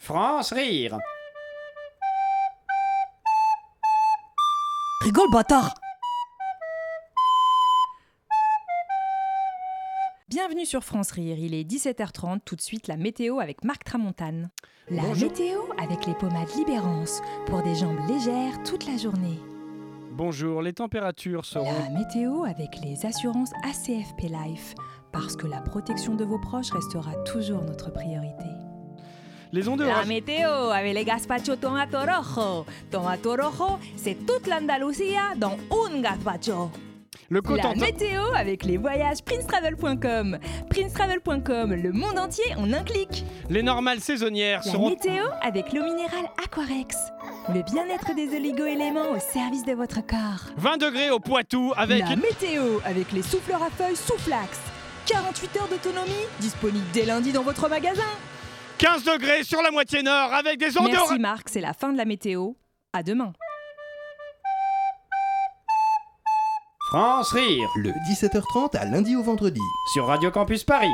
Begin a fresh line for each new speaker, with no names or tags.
France rire.
Rigole, bâtard Bienvenue sur France Rire, il est 17h30, tout de suite la météo avec Marc Tramontane. La
Bonjour.
météo avec les pommades Libérance, pour des jambes légères toute la journée.
Bonjour, les températures seront.
La météo avec les assurances ACFP Life, parce que la protection de vos proches restera toujours notre priorité.
Les ondes
La
orageuses.
météo avec les gazpacho tomato rojo. Tomato rojo, c'est toute l'Andalusia dans un gazpacho.
Le
La
Cotentin.
météo avec les voyages princetravel.com. Princetravel.com, le monde entier en un clic.
Les normales saisonnières
La
seront.
météo avec l'eau minérale Aquarex. Le bien-être des oligo-éléments au service de votre corps.
20 degrés au Poitou avec.
La météo avec les souffleurs à feuilles Souflax. 48 heures d'autonomie, disponible dès lundi dans votre magasin.
15 degrés sur la moitié nord avec des ondes orageuses.
Merci Marc, c'est la fin de la météo. À demain.
France rire
Le 17h30 à lundi au vendredi.
sur Radio Campus Paris.